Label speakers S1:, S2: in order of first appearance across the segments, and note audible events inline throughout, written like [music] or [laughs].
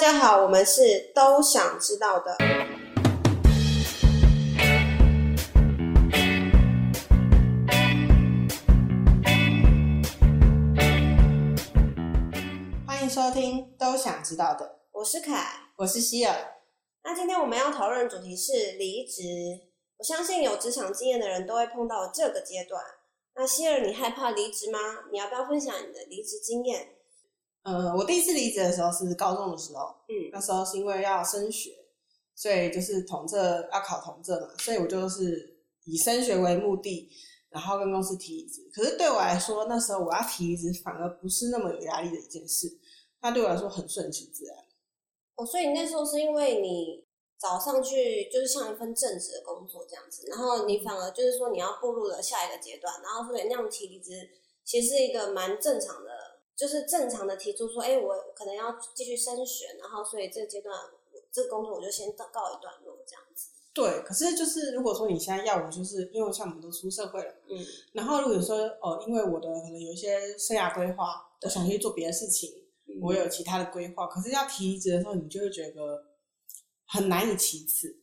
S1: 家好，我们是都想知道的。
S2: 欢迎收听《都想知道的》，
S1: 我是凯。
S2: 我是希尔。
S1: 那今天我们要讨论的主题是离职。我相信有职场经验的人都会碰到这个阶段。那希尔，你害怕离职吗？你要不要分享你的离职经验？
S2: 呃，我第一次离职的时候是高中的时候，
S1: 嗯，
S2: 那时候是因为要升学，所以就是统测要考统测嘛，所以我就是以升学为目的，然后跟公司提离职。可是对我来说，那时候我要提离职反而不是那么有压力的一件事，那对我来说很顺其自然。
S1: 哦，所以你那时候是因为你早上去就是像一份正职的工作这样子，然后你反而就是说你要步入了下一个阶段，然后所以那样提离职其实是一个蛮正常的，就是正常的提出说，哎、我可能要继续升学，然后所以这个阶段我这个工作我就先到告一段落这样子。
S2: 对，可是就是如果说你现在要我，就是因为像我们都出社会了嘛，
S1: 嗯
S2: 然后如果说哦，因为我的可能有一些生涯规划，我想去做别的事情，我有其他的规划，可是要提离职的时候，你就会觉得很难以启齿。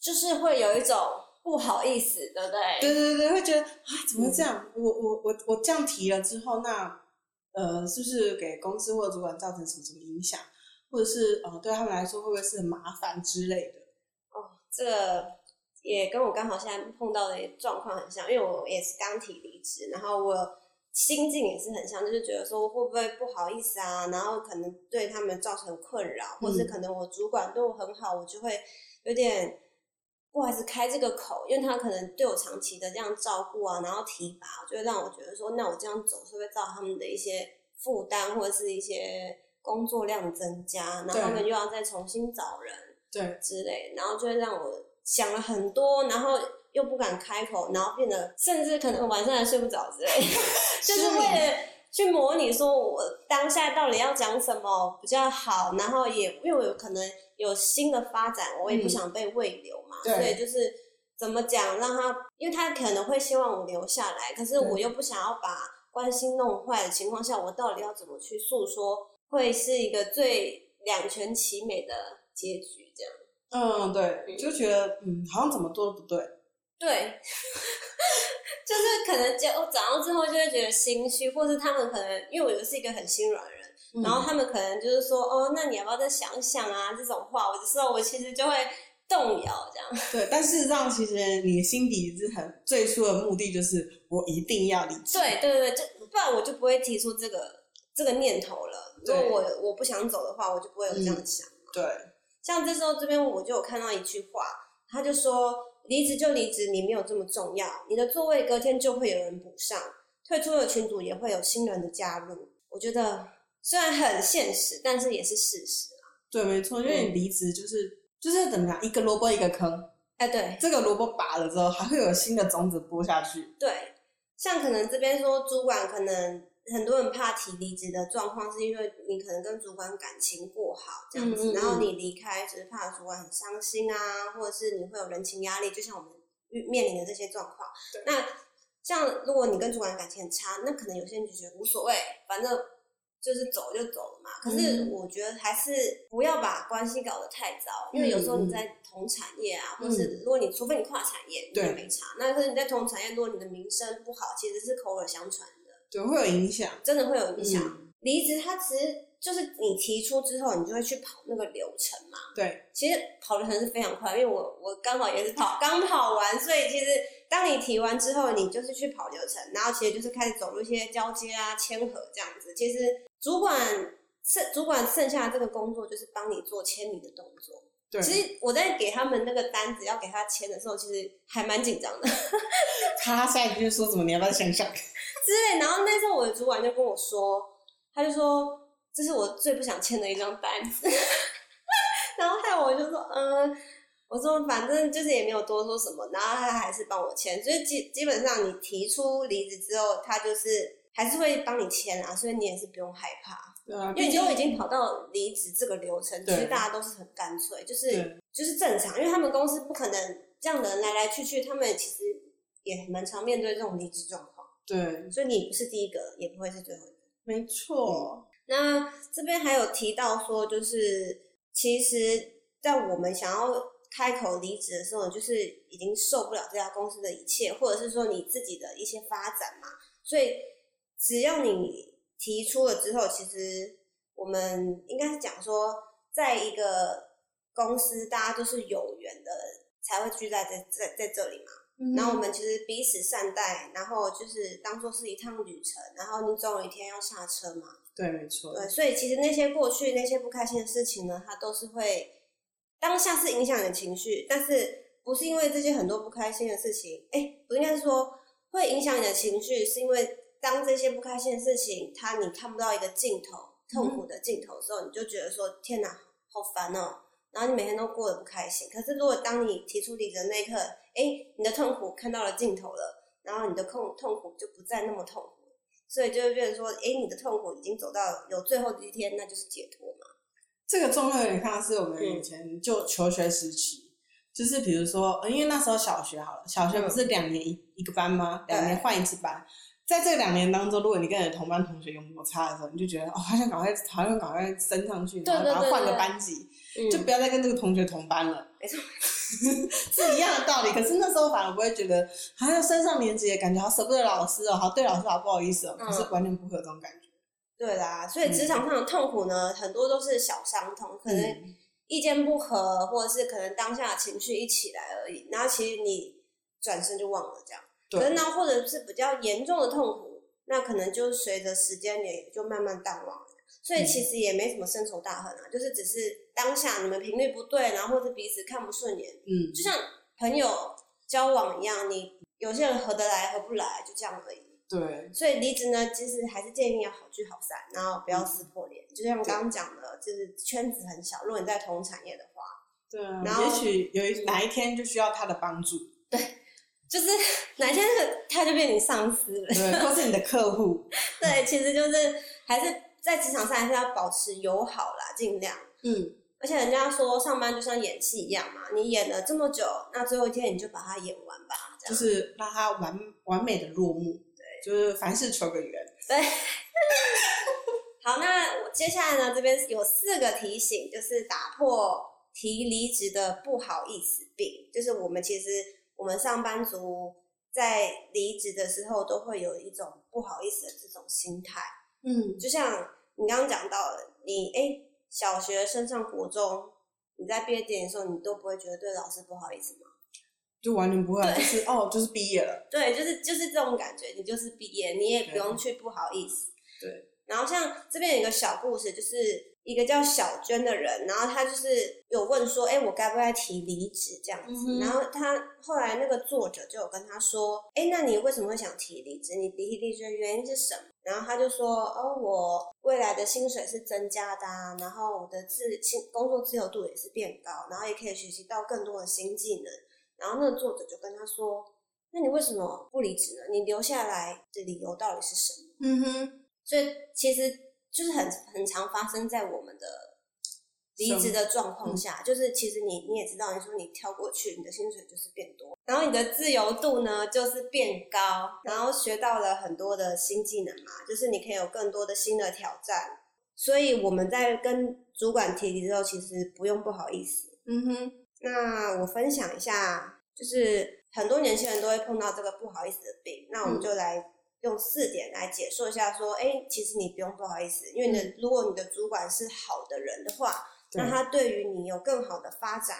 S1: 就是会有一种不好意思，对不对？
S2: 对对对，会觉得啊，怎么会这样？我我我我这样提了之后，那呃，是不是给公司或者主管造成什么什么影响，或者是呃，对他们来说会不会是很麻烦之类的？
S1: 这个也跟我刚好现在碰到的状况很像，因为我也是刚提离职，然后我心境也是很像，就是觉得说会不会不好意思啊，然后可能对他们造成困扰，或是可能我主管对我很好，我就会有点不好意思开这个口，因为他可能对我长期的这样照顾啊，然后提拔，就会让我觉得说，那我这样走是会造成他们的一些负担或者是一些工作量增加，然后他们又要再重新找人。
S2: 对，
S1: 之类，然后就会让我想了很多，然后又不敢开口，然后变得甚至可能晚上还睡不着之类， [laughs] 就是为了去模拟说我当下到底要讲什么比较好，然后也因为我有可能有新的发展，我也不
S2: 嗯
S1: 想被喂流嘛，
S2: 对
S1: 所以就是怎么讲让他，因为他可能会希望我留下来，可是
S2: 对
S1: 我又不想要把关系弄坏的情况下，我到底要怎么去诉说，会是一个最两全其美的结局这样。
S2: 嗯，对，就觉得嗯，好像怎么做都不对。
S1: 对， [laughs] 就是可能讲我讲到之后就会觉得心虚，或是他们可能因为我是一个很心软的人，
S2: 嗯
S1: 然后他们可能就是说哦，那你要不要再想想啊？这种话，我就说我其实就会动摇这样。 [laughs]
S2: 对，但事实上，其实你心底是很最初的目的就是我一定要离职。
S1: 对对对，就不然我就不会提出这个这个念头了。如果
S2: 对
S1: 我我不想走的话，我就不会有这样想。
S2: 对
S1: 像这时候这边我就有看到一句话，他就说离职就离职，你没有这么重要，你的座位隔天就会有人补上，退出的群组也会有新人的加入。我觉得虽然很现实，但是也是事实。
S2: 对，没错，因为你离职就是、就是怎么样，一个萝卜一个坑，
S1: 哎，对
S2: 这个萝卜拔了之后，还会有新的种子播下去。
S1: 对，像可能这边说主管可能。很多人怕提离职的状况，是因为你可能跟主管感情不好这样子，
S2: 嗯嗯嗯
S1: 然后你离开只是怕主管很伤心啊，或者是你会有人情压力，就像我们遇面临的这些状况。那像如果你跟主管感情很差，那可能有些人就觉得无所谓，反正就是走就走了嘛。可是
S2: 嗯
S1: 我觉得还是不要把关系搞得太糟，因为有
S2: 嗯
S1: 时候你在同产业啊，或是如果你除非你跨产业，你
S2: 对
S1: 也没差。那可是你在同产业，如果你的名声不好，其实是口耳相传的，
S2: 对，会有影响。
S1: 真的会有影响。
S2: 嗯
S1: 离职它其实就是你提出之后，你就会去跑那个流程嘛。
S2: 对，
S1: 其实跑的程是非常快，因为我我刚好也是
S2: [laughs]
S1: 跑，刚跑完，所以其实当你提完之后，你就是去跑流程，然后其实就是开始走入一些交接啊、签合这样子。其实主管剩主管剩下的这个工作就是帮你做签名的动作。
S2: 对，
S1: 其实我在给他们那个单子要给他签的时候，其实还蛮紧张的
S2: 他下一句就说什么，你要不要想想？
S1: 之类。然后那时候我的主管就跟我说，他就说这是我最不想签的一张单子，然后害我就说，嗯，我说反正就是也没有多说什么，然后他还是帮我签，所以基基本上你提出离职之后，他就是还是会帮你签啊，所以你也是不用害怕，
S2: 对啊，
S1: 因为你
S2: 毕
S1: 就
S2: 竟
S1: 已经跑到离职这个流程，其
S2: 对
S1: 实大家都是很干脆，就是
S2: 对
S1: 就是正常，因为他们公司不可能这样的人来来去去，他们其实也蛮常面对这种离职状况，
S2: 对，
S1: 所以你不是第一个，也不会是最后一个。
S2: 没错。
S1: 那这边还有提到说，就是其实，在我们想要开口离职的时候，就是已经受不了这家公司的一切，或者是说你自己的一些发展嘛。所以，只要你提出了之后，其实我们应该是讲说，在一个公司，大家都是有缘的，才会聚在在在在这里嘛。
S2: 嗯
S1: 然后我们其实彼此善待，然后就是当做是一趟旅程，然后你总有一天要下车嘛。
S2: 对，没错，
S1: 对，所以其实那些过去那些不开心的事情呢，它都是会当下是影响你的情绪，但是不是因为这些很多不开心的事情，哎，不应该是说会影响你的情绪，是因为当这些不开心的事情，它你看不到一个尽头，痛苦的尽头的时候，你就觉得说天哪，好烦哦，然后你每天都过得不开心。可是如果当你提出离职的那一刻，哎，你的痛苦看到了尽头了，然后你的痛痛苦就不再那么痛苦。所以就会变成说，哎、你的痛苦已经走到有最后的一天，那就是解脱嘛。
S2: 这个状态有点像是我们以前就求学时期，就是比如说，呃因为那时候小学好了，小学不是两年一一个班吗？
S1: 对
S2: 两年换一次班，在这两年当中，如果你跟你的同班同学有摩擦的时候，你就觉得哦，好想赶快，好想赶快升上去，
S1: 对
S2: 然后
S1: 对
S2: 赶快
S1: 对
S2: 换个
S1: 对
S2: 班级，
S1: 嗯
S2: 就不要再跟这个同学同班了。
S1: 没错，
S2: 是一样的道理。可是那时候反而不会觉得，好像升上年级也感觉好舍不得老师哦，好对老师好不好意思哦。
S1: 嗯
S2: 可是完全不会有这种感觉。
S1: 对啦。所以职场上的痛苦呢，很多都是小伤痛，可能
S2: 嗯嗯
S1: 意见不合，或者是可能当下的情绪一起来而已。然后其实你转身就忘了这样。可是
S2: 对，
S1: 呢，或者是比较严重的痛苦，那可能就随着时间也就慢慢淡忘了。所以
S2: 嗯
S1: 其实也没什么深仇大恨啊，就是只是当下你们频率不对，然后或者彼此看不顺眼，
S2: 嗯，
S1: 就像朋友交往一样，你有些人合得来，合不来，就这样而已。
S2: 对，
S1: 所以离职呢，其实还是建议要好聚好散，然后不要撕破脸。就像刚刚讲的，就是圈子很小，如果你在同产业的话，
S2: 对啊。
S1: 然后
S2: 也许有一哪一天就需要他的
S1: [laughs]
S2: 帮助，
S1: 就是 [laughs] 哪天那个他就变你上司了。 [laughs]
S2: 对，或是你的客户，
S1: 对，其实就是还是在职场上还是要保持友好啦，尽量。
S2: 嗯，
S1: 而且人家说上班就像演戏一样嘛，你演了这么久，那最后一天你就把它演完吧，这样。
S2: 就是让他完完美的落幕。对，就是凡事求个圆。
S1: 好，那我接下来呢，这边有四个提醒，就是打破提离职的不好意思病，就是我们其实我们上班族在离职的时候都会有一种不好意思的这种心态，
S2: 嗯，
S1: 就像你刚刚讲到的，你哎、诶小学升上国中，你在毕业典礼的时候，你都不会觉得对老师不好意思吗？
S2: 就完全不会，就是哦，就是毕业了。
S1: 对，就是就是这种感觉，你就是毕业，你也不用去不好意思。
S2: 对。
S1: 然后像这边有一个小故事，就是一个叫小娟的人，然后她就是有问说，哎、我该不该提离职这样
S2: 嗯
S1: 子？
S2: 哼
S1: 然后她后来那个作者就有跟她说，哎、那你为什么会想提离职？你提离职的原因是什么？然后她就说，哦，我未来的薪水是增加的、啊，然后我的自薪工作自由度也是变高，然后也可以学习到更多的新技能。然后那个作者就跟她说，那你为什么不离职呢？你留下来的理由到底是什么？
S2: 嗯哼，
S1: 所以其实就是很很常发生在我们的离职的状况下，就是其实你你也知道，你说你跳过去，你的薪水就是变多，然后你的自由度呢就是变高，然后学到了很多的新技能嘛，就是你可以有更多的新的挑战。所以我们在跟主管提离之后，其实不用不好意思，
S2: 嗯哼，
S1: 那我分享一下，就是很多年轻人都会碰到这个不好意思的病，那我们就来用四点来解说一下，说，哎、其实你不用不好意思，因为你的、如果你的主管是好的人的话，
S2: 对
S1: 那他对于你有更好的发展，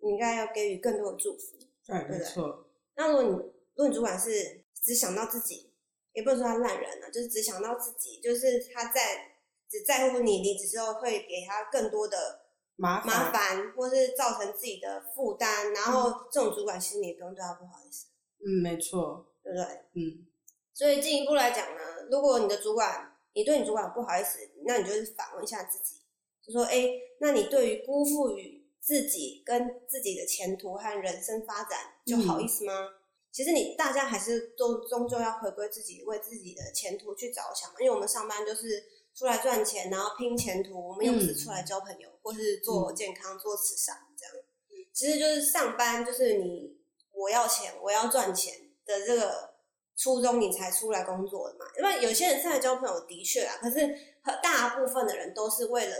S1: 你应该要给予更多的祝福。
S2: 对，
S1: 对
S2: 没错，
S1: 那如果你如果你主管是只想到自己，也不能说他烂人啊，就是只想到自己，就是他在只在乎你离职之后会给他更多的
S2: 麻
S1: 麻烦，或是造成自己的负担，然后这种主管其实你也不用对他不好意思，
S2: 嗯，没错，
S1: 对不对？
S2: 嗯，
S1: 所以进一步来讲呢，如果你的主管，你对你主管不好意思，那你就是反问一下自己，就说：哎、那你对于辜负于自己跟自己的前途和人生发展，就好意思吗？其实你大家还是都终究要回归自己，为自己的前途去着想嘛。因为我们上班就是出来赚钱，然后拼前途，我们又不是出来交朋友，或是做健康、做慈善这样。其实就是上班，就是你我要钱，我要赚钱的这个初中你才出来工作的嘛。因为有些人是来交朋友，的确啊，可是很大部分的人都是为了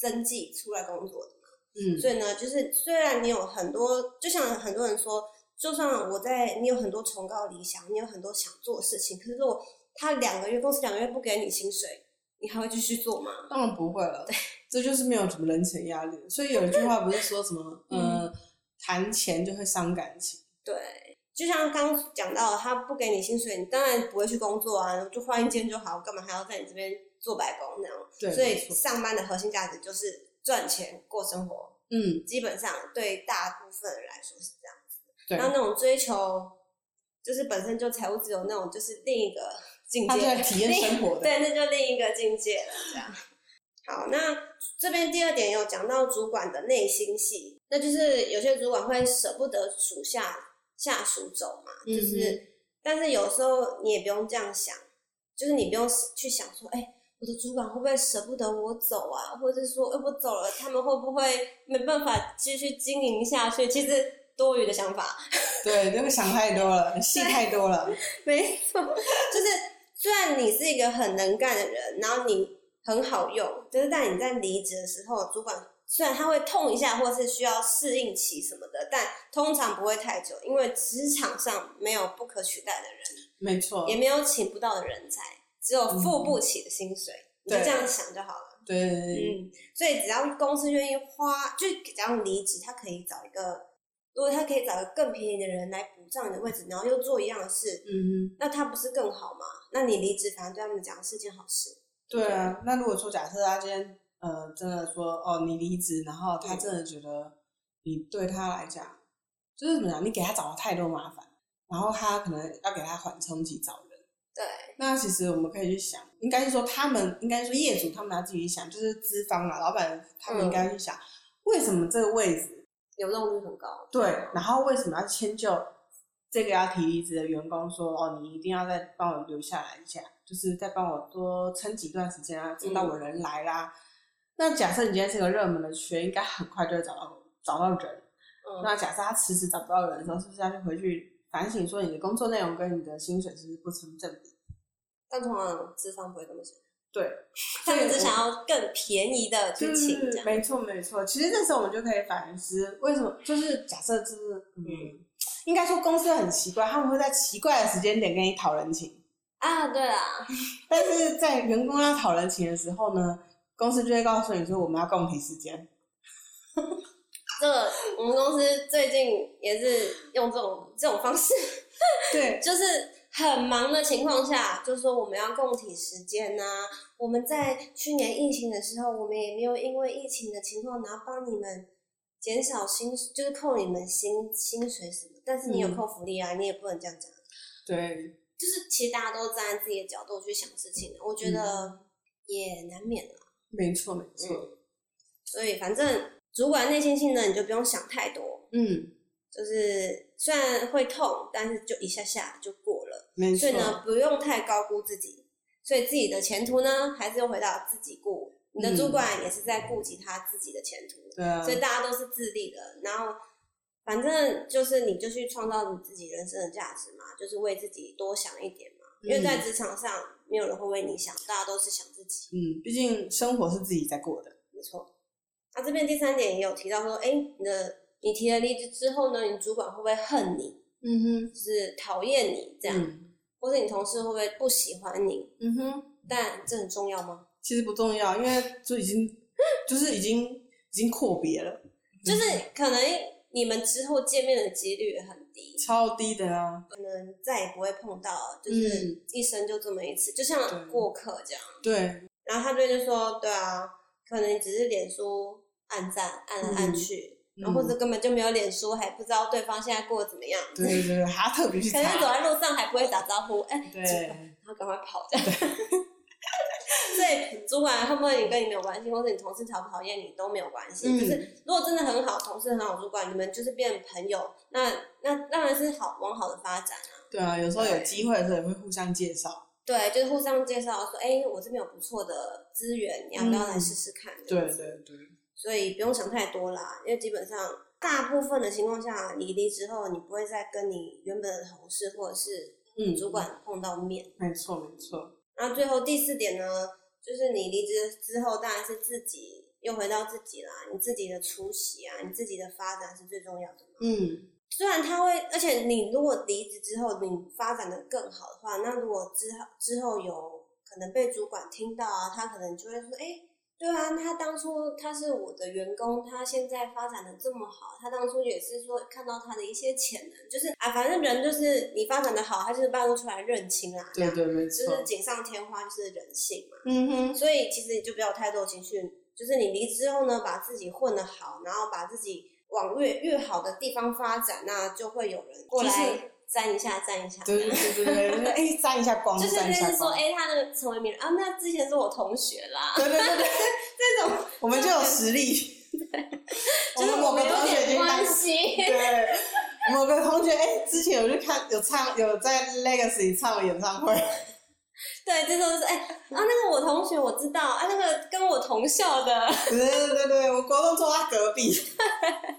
S1: 生计出来工作的。
S2: 嗯，
S1: 所以呢，就是虽然你有很多，就像很多人说，就算我在你有很多崇高理想，你有很多想做的事情，可是如果他两个月公司两个月不给你薪水，你还会继续做吗？
S2: 当然不会了，这就是没有什么人情压力。所以有一句话不是说什么，呃，谈钱就会伤感情，
S1: 对，就像刚刚讲到，他不给你薪水，你当然不会去工作啊，就换一间就好，干嘛还要在你这边做白工那样？
S2: 对，
S1: 所
S2: 没
S1: 以
S2: 错
S1: 上班的核心价值就是赚钱过生活，
S2: 嗯，
S1: 基本上对大部分人来说是这样。
S2: 对，
S1: 然后那种追求，就是本身就财务自由那种，就是另一个境
S2: 他就在
S1: 界，
S2: 体
S1: [laughs]
S2: 验生活的，
S1: 对，那就另一个境界了。这样，好，那这边第二点有讲到主管的内心戏，那就是有些主管会舍不得属下下属走嘛，
S2: 嗯哼
S1: 就是，但是有时候你也不用这样想，就是你不用去想说，哎、我的主管会不会舍不得我走啊？或者说，哎、我走了，他们会不会没办法继续经营下去？其实多余的想法，
S2: 对，那个想太多了，戏太多了，
S1: [laughs] 没错，就是虽然你是一个很能干的人，然后你很好用，就是但你在离职的时候，主管虽然他会痛一下，或是需要适应期什么的，但通常不会太久，因为职场上没有不可取代的人，
S2: 没错
S1: 也，没有请不到的人才，只有付不起的薪水，你就
S2: 对
S1: 这样想就好了。
S2: 对，
S1: 嗯，所以只要公司愿意花，就假如你离职，他可以找一个，如果他可以找一个更便宜的人来补上你的位置，然后又做一样的事，
S2: 嗯哼，
S1: 那他不是更好吗？那你离职，反正对他们讲是件好事。
S2: 对啊。那如果说假设他今天呃真的说哦你离职，然后他
S1: 嗯
S2: 真的觉得你对他来讲就是怎么讲，你给他找了太多麻烦，然后他可能要给他缓冲期找人。
S1: 对，
S2: 那其实我们可以去想，应该是说他们，应该说业主他们要自己去想，就是资方啊，老板他们应该去想，为什么这个位置
S1: 流动率很高。
S2: 对，然后为什么要迁就这个要提离职的员工说哦，你一定要再帮我留下来一下，就是再帮我多撑几段时间啊，撑到我人来啦。那假设你今天是个热门的缺，应该很快就会找到找到人。
S1: 嗯，
S2: 那假设他迟迟找不到人的时候，是不是要去回去反省说你的工作内容跟你的薪水是不是不成正比？
S1: 但通常资方不会这么想，
S2: 对，
S1: 他们
S2: 所以
S1: 只
S2: 我
S1: 想要更便宜的去请这
S2: 嗯，
S1: 样。
S2: 没错没错。其实那时候我们就可以反思，为什么就是假设就是嗯，应该说公司很奇怪，他们会在奇怪的时间点跟你讨人情，
S1: 啊，对啦，
S2: 但是在员工要讨人情的时候呢，公司就会告诉你说我们要共体时间。
S1: 这个我们公司最近也是用这种这种方式，
S2: 对，
S1: 就是很忙的情况下，就说我们要共体时间呐、我们在去年疫情的时候，我们也没有因为疫情的情况，然后帮你们减少薪，就是扣你们薪薪水什么。但是你有
S2: 嗯
S1: 扣福利啊，你也不能这样讲。
S2: 对，
S1: 就是其实大家都站在自己的角度去想事情，啊我觉得也难免啦。
S2: 没错没错。
S1: 所以反正主管内心性呢，你就不用想太多，
S2: 嗯，
S1: 就是虽然会痛，但是就一下下就过了。
S2: 没
S1: 所
S2: 错
S1: 以。呢，不用太高估自己。所以自己的前途呢，还是又回到自己顾。你的主管也是在顾及他自己的前途，
S2: 对啊
S1: 所，以大家都是自立的。然后，反正就是你就去创造你自己人生的价值嘛，就是为自己多想一点嘛。
S2: 嗯
S1: 因为在职场上，没有人会为你想，大家都是想自己。
S2: 嗯，毕竟生活是自己在过的。
S1: 没错。那、这边第三点也有提到说，哎、你的你提了离职之后呢，你主管会不会恨你，
S2: 嗯哼，
S1: 就是讨厌你这样，
S2: 嗯
S1: 或者你同事会不会不喜欢你？
S2: 嗯哼。
S1: 但这很重要吗？
S2: 其实不重要，因为就已经就是已经已经阔别了，
S1: 就是可能你们之后见面的几率很低，
S2: 超低的啊。
S1: 可能再也不会碰到，就是一生就这么一次，就像
S2: 嗯对
S1: 过客这样。
S2: 对，
S1: 然后他这边就说，对啊，可能只是脸书暗赞按来按去，
S2: 嗯
S1: 然后或者根本就没有脸书，还不知道对方现在过得怎么样。
S2: 对对对，还要特别去
S1: 可能走
S2: 查。
S1: 在路上还不会打招呼，哎、
S2: 对
S1: 主管然后赶快跑这样。 [laughs] 所以主管会不会跟你没有关系，或者你同事讨不讨厌你都没有关系，
S2: 嗯
S1: 就是如果真的很好，同事很好，主管你们就是变朋友，那那当然是好往好的发展啊。
S2: 对啊，有时候有
S1: 对
S2: 机会的时候也会互相介绍。
S1: 对，就是互相介绍说，哎、我这边有不错的资源，你要不要来试试看？这
S2: 嗯对
S1: 样子
S2: 对对，
S1: 所以不用想太多啦，因为基本上大部分的情况下，你离职后，你不会再跟你原本的同事或者是
S2: 嗯，
S1: 主管碰到面。
S2: 没错没错，
S1: 然后最后第四点呢，就是你离职之后，当然是自己又回到自己啦，你自己的出息啊，你自己的发展是最重要的嘛。
S2: 嗯
S1: 虽然他会，而且你如果离职之后你发展的更好的话，那如果之后之后有可能被主管听到啊，他可能就会说，哎、对啊，他当初他是我的员工，他现在发展的这么好，他当初也是说看到他的一些潜能，就是啊，反正人就是你发展的好，他就是办不出来认清啦，这
S2: 对
S1: 样
S2: 对没
S1: 就
S2: 错
S1: 是，锦上添花，就是人性嘛。
S2: 嗯哼，
S1: 所以其实你就不要有太多情绪，就是你离职后呢，把自己混得好，然后把自己往越越好的地方发展，那就会有人过
S2: 就是
S1: 来沾一下沾一下。
S2: 对对对对对，就是哎沾一下光，
S1: [laughs] 就是
S2: 沾
S1: 类
S2: 一下
S1: 似说，
S2: 光，哦
S1: 哎、他那个成为名人啊，那之前是我同学
S2: [laughs]
S1: 啦，
S2: 对对对对，
S1: [laughs] 这种
S2: 我们就有实力，
S1: 就
S2: 我
S1: 是
S2: 们某
S1: 们
S2: 个
S1: 有
S2: 同学已
S1: 点
S2: 经当
S1: 关系。 [laughs]
S2: 对，某个同学哎、之前有去看有唱有在 Legacy 唱演唱会， [laughs]
S1: 对，这种是哎、啊，那个我同学我知道啊，那个跟我同校的，
S2: 对对对对，我国栋坐他隔壁，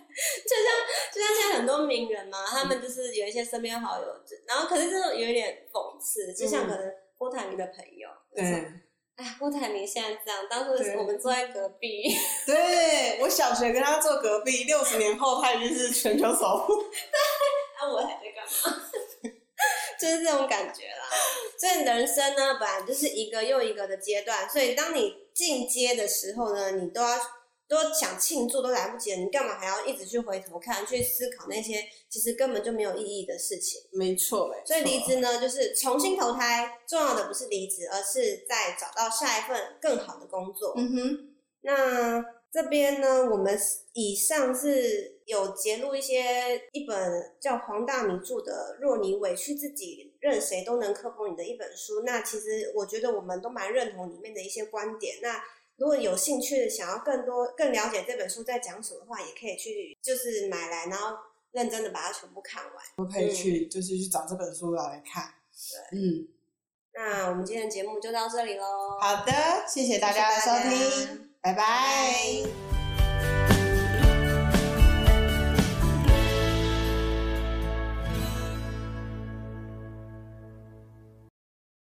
S1: 就像现在很多名人嘛，他们
S2: 嗯
S1: 就是有一些身边好友，就然后可是这种有一点讽刺，就像可能郭台铭的朋友，那种
S2: 嗯对
S1: 哎，郭台铭现在这样，当初
S2: 对
S1: 我们坐在隔壁， [laughs]
S2: 对，我小学跟他坐隔壁，六十年后他已经是全球首富，
S1: 啊，我还在干嘛？ [laughs] 就是这种感觉啦。所以人生呢，本来就是一个又一个的阶段，所以当你进阶的时候呢，你都要都想庆祝都来不及了，你干嘛还要一直去回头看，去思考那些其实根本就没有意义的事情？
S2: 没错没错，
S1: 所以离职呢，就是重新投胎，重要的不是离职，而是在找到下一份更好的工作。
S2: 嗯哼，
S1: 那这边呢，我们以上是有揭录一些一本叫黄大米著的《若你委屈自己，任谁都能克服你》的一本书。那其实我觉得我们都蛮认同里面的一些观点。那如果有兴趣想要更多、更了解这本书在讲什么的话，也可以去就是买来，然后认真的把它全部看完。
S2: 我可以去、就是去找这本书来看，对，嗯，
S1: 那我们今天的节目就到这里喽，
S2: 好的，谢谢大家的收
S1: 谢谢大家
S2: 听，拜拜
S1: 拜。